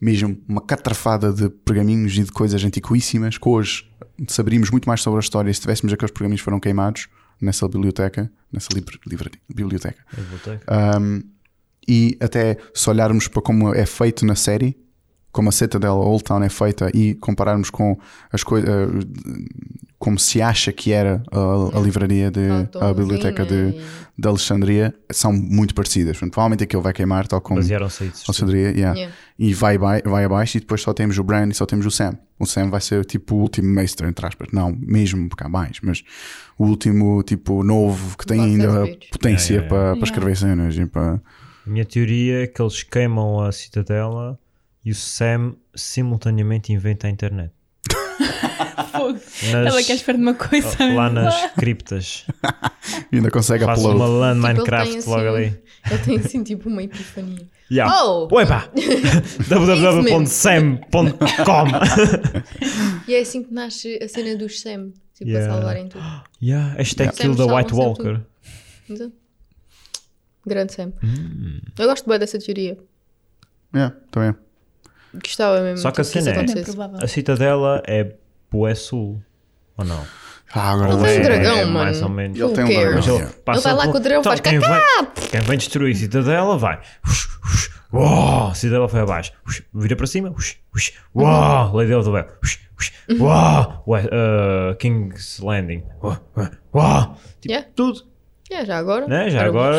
mesmo uma catrafada de pergaminhos e de coisas antiquíssimas, que hoje saberíamos muito mais sobre a história se tivéssemos aqueles pergaminhos que foram queimados nessa biblioteca, nessa livra- livraria- biblioteca. Eu vou ter Ah, que- E até se olharmos para como é feito na série, como a seta dela, Old Town, é feita e compararmos com as coisas. como se acha que era a, a livraria de. é, a Ah, Tomzinho, biblioteca de, né? de Alexandria, são muito parecidas. Portanto, provavelmente aquilo vai queimar, tal como. Basearam-se aí de susto. Alexandria, yeah. Yeah. E vai, vai, vai abaixo e depois só temos o Bran e só temos o Sam. O Sam vai ser tipo o último mestre, entre aspas. Não, mesmo porque há mais, mas o último tipo novo que tem Boss ainda ass bitch. potência Yeah, yeah, Para, para escrever cenas e para. A minha teoria é que eles queimam a citadela e o Sam simultaneamente inventa a internet. Fogo. Nas- Estava aqui à espera de uma coisa. <laughs> lá nas criptas. E ainda consegue Faz upload. uma LAN Tipo, ele Minecraft tem, assim, logo ali. <laughs> Ele tem assim tipo uma epifania. Yeah. Oh! <laughs> Uepa! É www.sam.com E é assim que nasce a cena dos Sam. Tipo, Yeah. a salvarem tudo. <laughs> yeah, Hashtag Sam kill the salva White sempre Walker. Então, grande <gasps> Sam. Eu gosto bem dessa teoria. Yeah, também. Gostava mesmo. Só que a tipo, isso cena é- Bem acontecesse. provável. A citadela é Boé Sul. Ou não? Ah, agora Ou tem é- um dragão, é Mais mano. ou menos. Ele Who tem um cares? dragão. Mas ele yeah. passa vai lá pelo- com o dragão, Então, faz quem vai, quem vai destruir a Citadela vai. Uou, a Citadela foi abaixo. Vira para cima. Uhum. Uou, Lady of the Web. Uou, ué, eh, King's Landing. Uou, ué, uou. Tipo, Yeah. tudo. Yeah, É, já agora. Né? Já Era o agora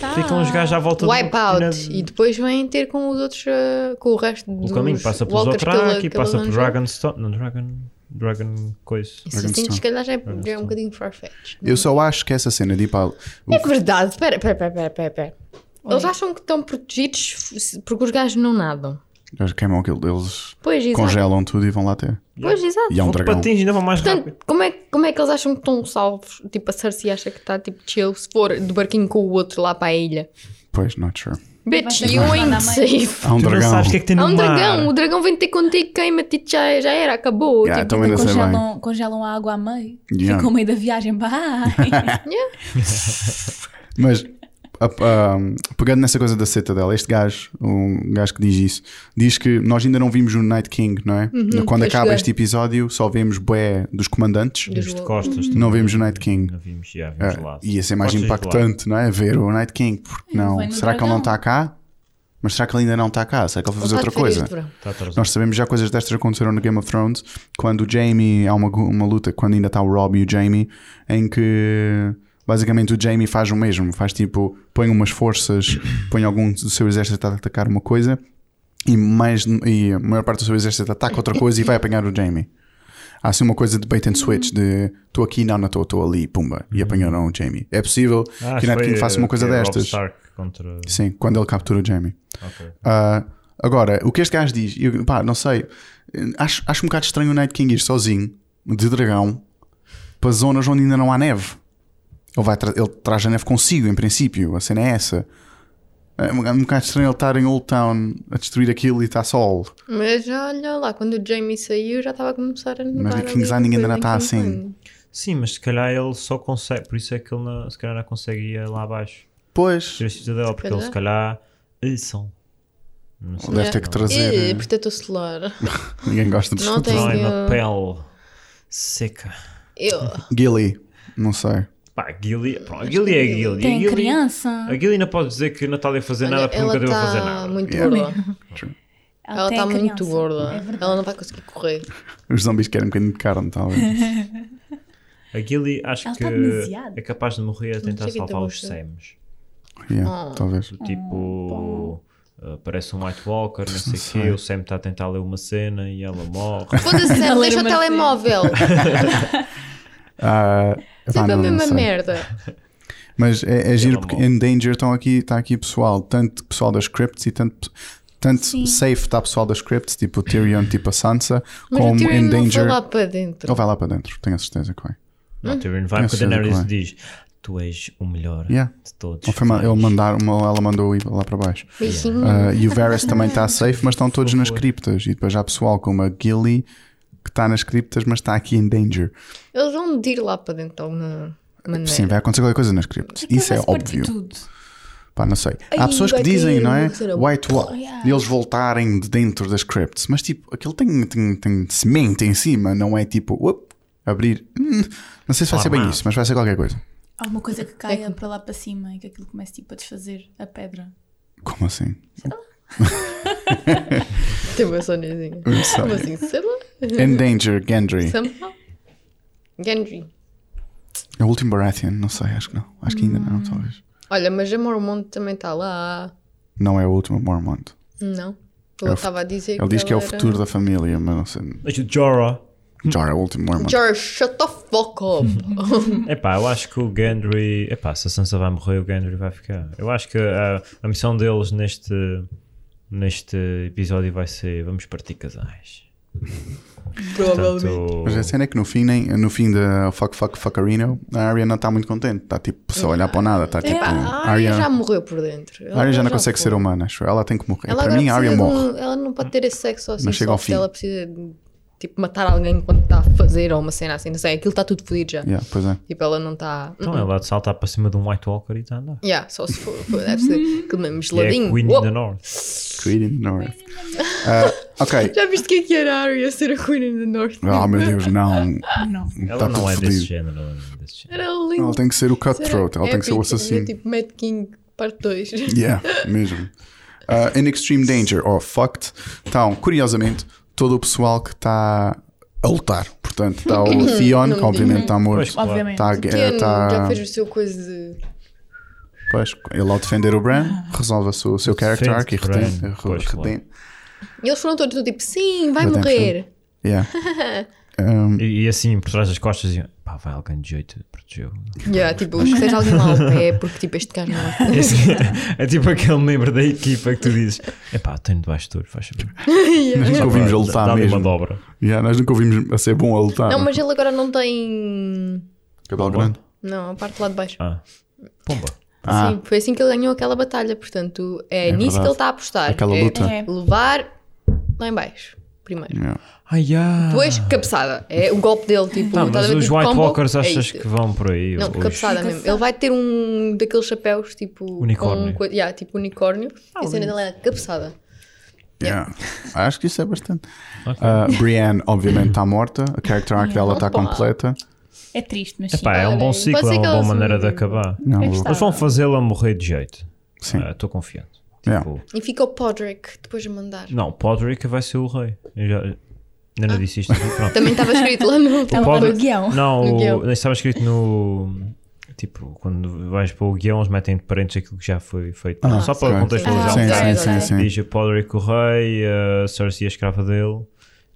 Tá. ficam os gajos à volta do- Wipeout. na- Tá. E depois vêm ter com os outros. ah, com o resto O dos caminho passa pelos walkers que ele- Dothraki, que ele passa por arranjou. Dragonstone. Não, Dragon. Dragon. Coisa. Isso assim, Dragonstone. se calhar já é, já é um bocadinho farfetch. Eu só acho que essa cena de ir para. o- É verdade. Espera, espera, espera, espera, espera. Eles acham que estão protegidos se- porque os gajos não nadam. Eles queimam aquilo, eles Pois, exato. congelam tudo e vão lá até. Pois, exato. E há um Vão dragão. patins ainda vão mais é rápido. Portanto, como é, como é que eles acham que estão salvos? Tipo, a Cersei acha que está tipo chill se for de barquinho com o outro lá para a ilha. Pois, not sure. Bitch, ser you mais ain't nada mais. safe. Há um Tu não dragão. sabes o que é que tem no Há um mar. dragão, o dragão vem ter contigo, queima-te, já, já era, acabou. Yeah, então tipo, também não sei bem. Congelam, congelam a água à meio. Yeah. Ficam a meio da viagem. <laughs> Bye. Mas a- a- pegando nessa coisa da seta dela, este gajo, um gajo que diz isso, diz que nós ainda não vimos o Night King, não é? Quando pois acaba é. este episódio, só vemos bué dos comandantes. Vimos de costas. Não vimos o Night King. Não vimos, já vimos Ah, lá. ia ser mais Costas de lado. impactante, não é? Ver o Night King, porque Ele não. vai no Será que ele não dragão. está cá? Mas será que ele ainda não está cá? Será que ele vai fazer Vontade outra de férias coisa? de verão. Tá atrasado. Nós sabemos já coisas destas aconteceram no Game of Thrones. Quando o Jamie, há uma, uma luta, quando ainda está o Rob e o Jamie, em que Basicamente o Jamie faz o mesmo, faz tipo, põe umas <coughs> forças, põe algum do seu exército a atacar uma coisa e, mais, e a maior parte do seu exército ataca outra coisa e vai apanhar o Jamie. Há assim uma coisa de bait and switch, de estou aqui, não, não estou, estou ali, pumba, e apanharam o Jamie. É possível Ah, que Uhum. acho Nat King foi, faça uma eh, coisa que é Robb destas. Stark contra... Sim, quando ele captura o Jamie. Ok. Ah, agora, o que este gajo diz, eu, pá, não sei, acho, acho um bocado estranho o Night King ir sozinho, de dragão, para zonas onde ainda não há neve. Ele, vai tra- ele traz a neve consigo, em princípio, a cena é essa. É um, é um bocado estranho ele estar em Old Town a destruir aquilo e está sol. Mas olha lá, quando o Jamie saiu já estava a começar a nevar. Mas em ali, Kings Landing ainda depois não em está Kings assim. Landing. Sim, mas se calhar ele só consegue, por isso é que ele não- se calhar não consegue ir lá abaixo. Pois, Ter a cidadela, porque ele se calhar... Eles são. Não sei. deve ter que trazer. Ih, eh, protetor solar. Ninguém gosta de É, Não tem. Não, é Tenho- uma pele seca. <laughs> Eu. Gilly, não sei. Pá, Gilly, pronto, Gilly é Gilly. Tem Gilly- criança. A Gilly não pode dizer que não está ali a fazer Olha, nada porque ela nunca deu a fazer está nada. muito Yeah. gorda. Ela Ela está tem tá muito criança. gorda. É verdade. ela não vai conseguir <laughs> correr. Os zombies querem um bocadinho de carne, <laughs> talvez. A Gilly acho Ela que está demasiado. é capaz de morrer a tentar chega a ter salvar os boca. Sams. Yeah, Oh. Talvez. Ah, Do tipo. uh, parece um White Walker, não sei o quê. O Sam está a tentar ler uma cena e ela <laughs> morre. Foda-se, Sam, deixa o Ler uma telemóvel. Ah, epá, Sempre Tipo, a não- não mesma sei. merda. Mas é, é giro porque amor. em Danger estão aqui, está aqui pessoal, tanto pessoal das scripts e tanto, tanto Sim. safe está pessoal das scripts, tipo o Tyrion, tipo a Sansa, Mas como o Tyrion em não foi Danger. lá para dentro. Ele vai lá para dentro, tenho a certeza que vai. Não, um Tyrion vai Eu porque sei a do que Daenerys vai. diz: Tu és o melhor Yeah. de todos. Ou foi mal- Vais." ele mandar, uma- ela mandou ir lá para baixo. Beijinho. Ah, e o Varys também está safe, mas estão todos nas favor. criptas. E depois há pessoal como a Gilly que está nas criptas, mas está aqui em Danger. Eles vão de ir lá para dentro de alguma É maneira. Sim, vai acontecer qualquer coisa nas criptas. Isso é óbvio. Pá, não sei. Há Ai, pessoas que vai dizem, cair não é? uma cera- White Wall. Yeah. E eles voltarem de dentro das crypts. Mas tipo, aquilo tem, tem, tem semente em cima, não é tipo, up, abrir. Hum, não sei se vai ser bem Formato. isso, mas vai ser qualquer coisa. Há uma coisa que É caia para lá para cima e que aquilo comece tipo a desfazer a pedra. Como assim? Tem uma sonezinha. <laughs> Não sei. Como assim, sei lá. Endanger Gendry. Somehow. Gendry. É o último Baratheon, não sei, acho que não. Acho que ainda Hum. não, talvez. Olha, mas a Mormont também está lá. Não é o último Mormont. Não. É Ele o estava a dizer Ele diz que é o era- futuro da família, mas não sei. Mas o Jorah. Jorah é o último Mormont. George, shut the fuck up. <laughs> Epá, eu acho que o Gendry. Epá, se a Sansa vai morrer, o Gendry vai ficar. Eu acho que a, a missão deles neste, neste episódio vai ser: vamos partir casais. Provavelmente. Portanto, Mas a cena é que no fim, nem, no fim da Fuck Fuck Fuckerino, a Arya não está muito contente. Está tipo, só a olhar para o nada. Está tipo, Epá, É. a Ah, Arya já morreu por dentro. A Arya já não consegue foi. ser humana, acho. eu. Ela tem que morrer. Ela Para agora mim, a Arya precisa de morre. um- Ela não pode ter esse sexo assim. Mas chega só ao porque fim. Ela precisa de, tipo, matar alguém quando está a fazer ou uma cena assim. Não sei, aquilo está tudo fodido já. Yeah, pois <laughs> é. Tipo, ela não está. Então ela de saltar para cima de um White Walker e está a andar. Yeah, só se for. for- Deve ser aquele <laughs> mesmo Que é geladinho. Queen in Uou! the North. Creed in the North. <laughs> Ah, ok. Já viste o que é que era a Arya ser a Queen in the North? Oh meu <laughs> Deus, não. Não. Ela Tá não tudo é desse fodido. género. Ela, não é desse género. Era lindo. Ela tem que ser o Será cutthroat, ela tem que ser o épico? Era assassino. tipo Mad King, parte 2. <laughs> Yeah, mesmo. Ah, in Extreme Danger, ou Fucked, estão, curiosamente, todo o pessoal que está a lutar. Portanto, está <coughs> o Theon, que obviamente está morto. Tá Pois, Obviamente. Está, Ken já está, fez o seu coisa de. pois, ele ao defender o Bran, resolve a sua- o seu character arc e Ah. Bran, retém. pois, claro. retém- E eles foram todos do tipo, sim, vai Redemption. morrer. <laughs> Yeah. Um, E, e assim, por trás das costas, diziam, pá, vai alguém de jeito protegeu. <laughs> Yeah, tipo, que seja alguém lá ao pé, porque tipo, este gajo não. Esse- é tipo aquele membro da equipa que tu dizes: epá, tenho debaixo de touro, faz favor. nós nunca ouvimos a lutar Dá-lhe uma mesmo. dobra. Yeah, nós nunca ouvimos a ser bom a lutar. Não, mas ele agora não tem. Cabelo grande. Não, a parte lá de baixo. Ah, pomba. Ah. Sim, foi assim que ele ganhou aquela batalha. Portanto, é, É nisso verdade. que ele está a apostar. Aquela é luta. É. Levar lá em baixo, primeiro. Yeah. Ai, ah. Depois, cabeçada. É o golpe dele, tipo, Tá, estás mas a ver, os tipo, White combo, Walkers é achas isto. que vão por aí? Não, os... cabeçada mesmo. Ele vai ter um daqueles chapéus tipo. Unicórnio. Com, co- yeah, tipo unicórnio. Ah, e a cena dele é cabeçada. Yeah. Acho que isso é bastante. Ah, Brienne, obviamente, está morta. A character arc dela está Opa. completa. É triste, mas sim. Epá, é um bom Olha, ciclo, pode é ser uma que boa eles- maneira de acabar. Não, Aí está. Eles vão fazê-la morrer de jeito. Sim. Ah, Estou confiante. Yeah. Tipo, E fica o Podrick depois a mandar. Não, o Podrick vai ser o rei. Eu já, ainda não disse isto. Pronto. É <laughs> Também estava escrito lá no. Ela Podrick- no guião. Não, No o- guião. estava escrito no. tipo, quando vais para o guião, eles metem de parentes aquilo que já foi feito. Ah, Só para ok. contextualizar. Sim, um Ah, bocado. sim, ok, sim, ok. sim. Diz o Podrick o Rei, a Cersei a escrava dele.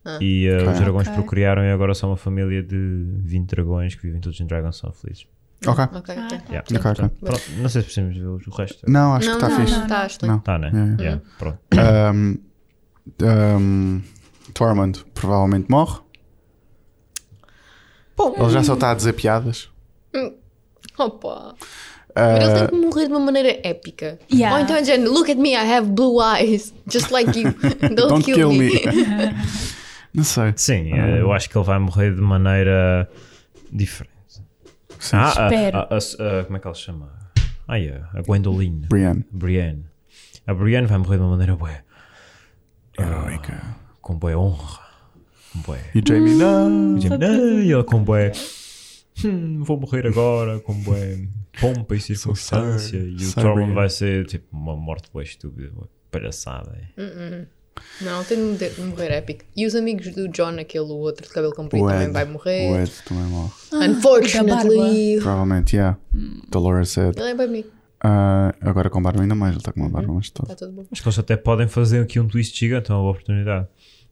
Ah. E uh, os Ok. dragões Ok. procriaram e agora são uma família de 20 dragões que vivem todos em Dragon são felizes. Ok. Ok, Ah, ok. tá. Yeah. Ok, ok. Portanto, pronto, não sei se precisamos ver o resto. Não, acho que está não, fixe. não, tá, excelente. Não. Tá, né? É. Yeah, Pronto. Um, um, Tormund provavelmente morre. Bom. Ele já só está a dizer piadas. Opa. Mas ele tem Uh, que morrer de uma maneira épica. Yeah. Ou então é de género, look at me, I have blue eyes, <laughs> just <laughs> like you. Don't, don't kill, kill me. me. <laughs> Não sei. Sim, eh, eu acho que ele vai morrer de maneira diferente. Sim. Ah, a- Espero. a- a- a- como é que ela se chama? Ai, a a Gwendoline. Brienne. Brienne. A Brienne vai morrer de uma maneira bué, Oh Heroica. com bué honra. Com bué. E Jamie, Hum. não. E ele com bué. "Hum, vou morrer agora, com bué pompa e circunstância. sorry. E o Sorry, Tormund Brienne. vai ser tipo uma morte bué estúpida, bué palhaçada. é." Não, tem de morrer- de morrer épico. E os amigos do John, aquele o outro de cabelo comprido, O também Ed. vai O morrer. Ed também morre. Unfortunately. Provavelmente, yeah. Dolores Ed. Ele é bem amigo, Ah, agora com barba ainda mais. Ele está com uma barba mais toda. está tá tudo bom. Acho que eles até podem fazer aqui um twist gigante, é uma boa oportunidade.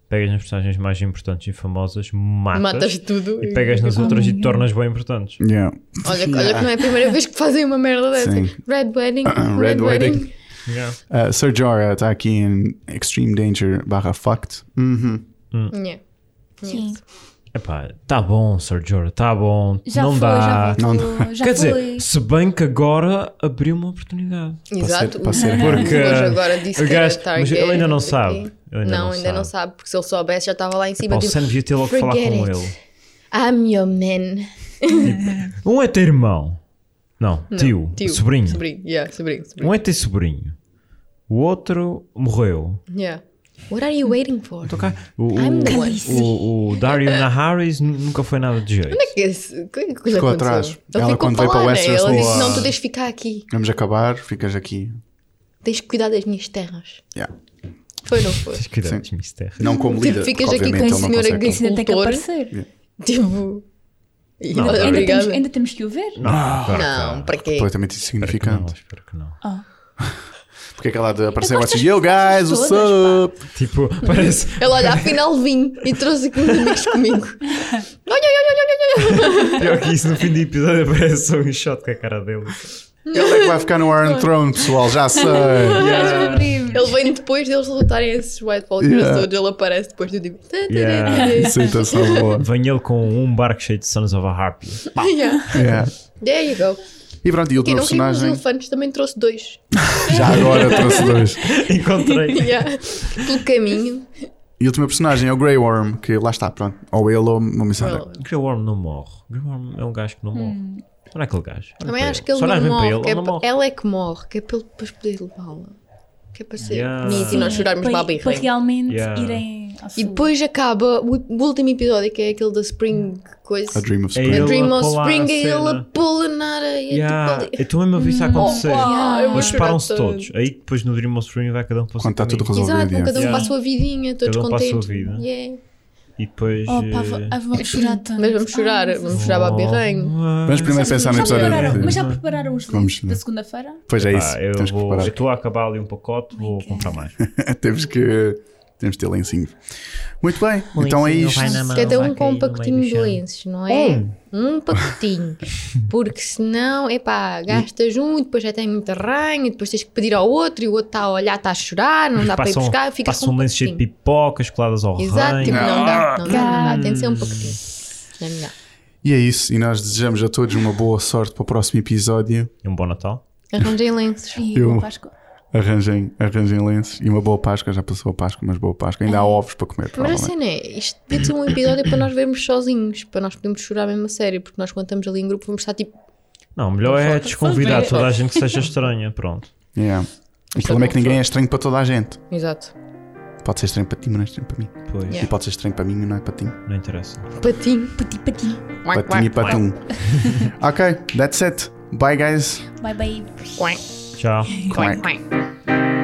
Pegas nas personagens mais importantes e famosas, matas, Matas tudo. e pegas nas outras e te tornas bem importantes. Yeah. Olha, olha que não é a primeira vez que fazem uma merda dessa. Ah. Sim. Ah, Red Wedding. Red Wedding. Yeah. Uh, Sir Jorah está aqui em Extreme Danger barra Fucked. Uhum. Yeah. Sim. Epá, tá bom, Sir Jorah, tá bom, Já não foi, dá. já voltou, já Quer foi. dizer, se bem que agora abriu uma oportunidade. Exato. para ser- o- Porque hoje agora disse o que era gajo- mas ele Targaryen, ainda não sei sabe. quê. Ele ainda não, não ainda sabe. não sabe, porque se ele soubesse já estava lá em Pá, cima. o tipo, Sam devia ter logo que falar "Forget com it. ele. I'm your man. Um é ter irmão, não, tio, Tio. sobrinho. Sobrinho, yeah, sobrinho. sobrinho. Um é ter sobrinho, o outro morreu. Yeah. What are you waiting for? Tô cá- O, o, I'm the one. o, o Dario Naharis nu- nunca foi nada de jeito. Onde é que esse? O que é que lhe Ficou aconteceu? atrás. Ele Ela, ficou quando veio falar, para né? Westeros, Ela disse, disse: Não, "Ah." tu tens de ficar aqui. Vamos acabar, ficas aqui. Tens de cuidar das minhas terras. Yeah. Foi, não foi? Que idades mistérios. Não como Tipo, líder. ficas porque aqui com obviamente a ele não senhora consegue controlar. que- Isso ainda tem que Doutor. aparecer. <laughs> Tipo. e Não, olha, Ainda não. temos, Obrigada. ainda temos que o ver. Não, claro que Não, para quê? Completamente Espero que não, insignificante. espero que não. Porque aquela de aparecer gosto assim, yo guys, das what's pessoas up? Tipo, parece. Ele olha, afinal vim e trouxe aqui uns amigos comigo. <laughs> Olha, olha, olha, olha, olha. Pior que isso, no fim do episódio <laughs> aparece só um shot com a cara dele. Ele é que vai ficar no Iron Throne, pessoal, já sei. <laughs> Ele vem depois deles lutarem esses White Walkers Yeah. todos, ele aparece depois do tipo. Yeah. Situação tá boa. Vem ele com um barco cheio de Sons of a Harpy. <laughs> Yeah. Yeah. There you go. E pronto, e o último Quem não riu dos personagem, elefantes também trouxe dois. já <laughs> agora trouxe dois. Encontrei. Yeah. <laughs> Pelo caminho. E o último personagem é o Grey Worm, que lá está, pronto. Ou ele ou uma missão dele. Well, Grey Worm não morre. Grey Worm é um gajo que não morre. Olha aquele gajo. Olha Hum. Também para acho que ele Só olhas não Tá bem para morre. ele, que é ele não pa- morre. ela é que morre, que é para ele depois poder levá-la. Que é para ser Yeah. bonito e nós Sim, chorarmos para- babi Para realmente Yeah. irem ao E sul. depois acaba o o último episódio, que é aquele da Spring coisa. A Dream of É Spring. A ele Dream a of pular a Spring e ele a cena. pula na areia. Yeah, tipo ali. Eu estou mesmo a ver isso acontecer. Oh, wow. Yeah, eu vou Mas chorar separam-se tanto. todos. Aí depois no Dream of Spring vai cada um para o seu Quando está tudo caminho. resolvido. Exato, yeah. cada um Yeah. para a sua vidinha, todos Cada um para a sua contentes. vida. Yeah. E depois. Oh, pá, vou- eh, ah, vamos chorar tanto. Mas vamos chorar, Ai, vamos chorar babi ranho. Vamos primeiro pensar no já episódio. prepararam, de- mas já prepararam os Vamos, livros né? da segunda-feira? Pois é isso, Ah, eu temos que vou- eu preparar. estou a acabar ali um pacote, vou comprar mais. <laughs> temos que... Temos que ter lencinho. Muito bem, então é isto. Cada um com um pacotinho de lenços, não é? Um <laughs> pacotinho. Porque senão, epá, gastas um e depois já tem muito arranho, e depois tens que pedir ao outro e o outro está a olhar, está a chorar, não dá para ir Passam, buscar, ficas passam com um um lenço cheio de pacotinho. pipocas coladas ao Exato, tipo, ranho. não dá, não dá, não dá, tem de ser um pacotinho. Não, não. E é isso, e nós desejamos a todos uma boa sorte para o próximo episódio. E um bom Natal. Arranjem lenços. E Eu- o Páscoa. Arranjem, arranjem lenços e uma boa Páscoa. Já passou a Páscoa, mas boa Páscoa. Ainda há ovos para comer, É. Mas a provavelmente. cena é, isto tem de ser um episódio para nós vermos sozinhos, para nós podermos chorar mesmo a sério, porque nós quando estamos ali em grupo vamos estar tipo, Não, melhor é desconvidar fazer. toda a gente que seja estranha. Pronto. Yeah. O problema é que ninguém é estranho para toda a gente. exato, Pode ser estranho para ti, mas não é estranho para mim. Pois, E pode ser estranho para mim, mas não é para ti. não interessa. patinho, Pati, pati. Para ti e para tu. ok, that's it. Bye, guys. Bye, bye. quack, Tchau. quack, quack.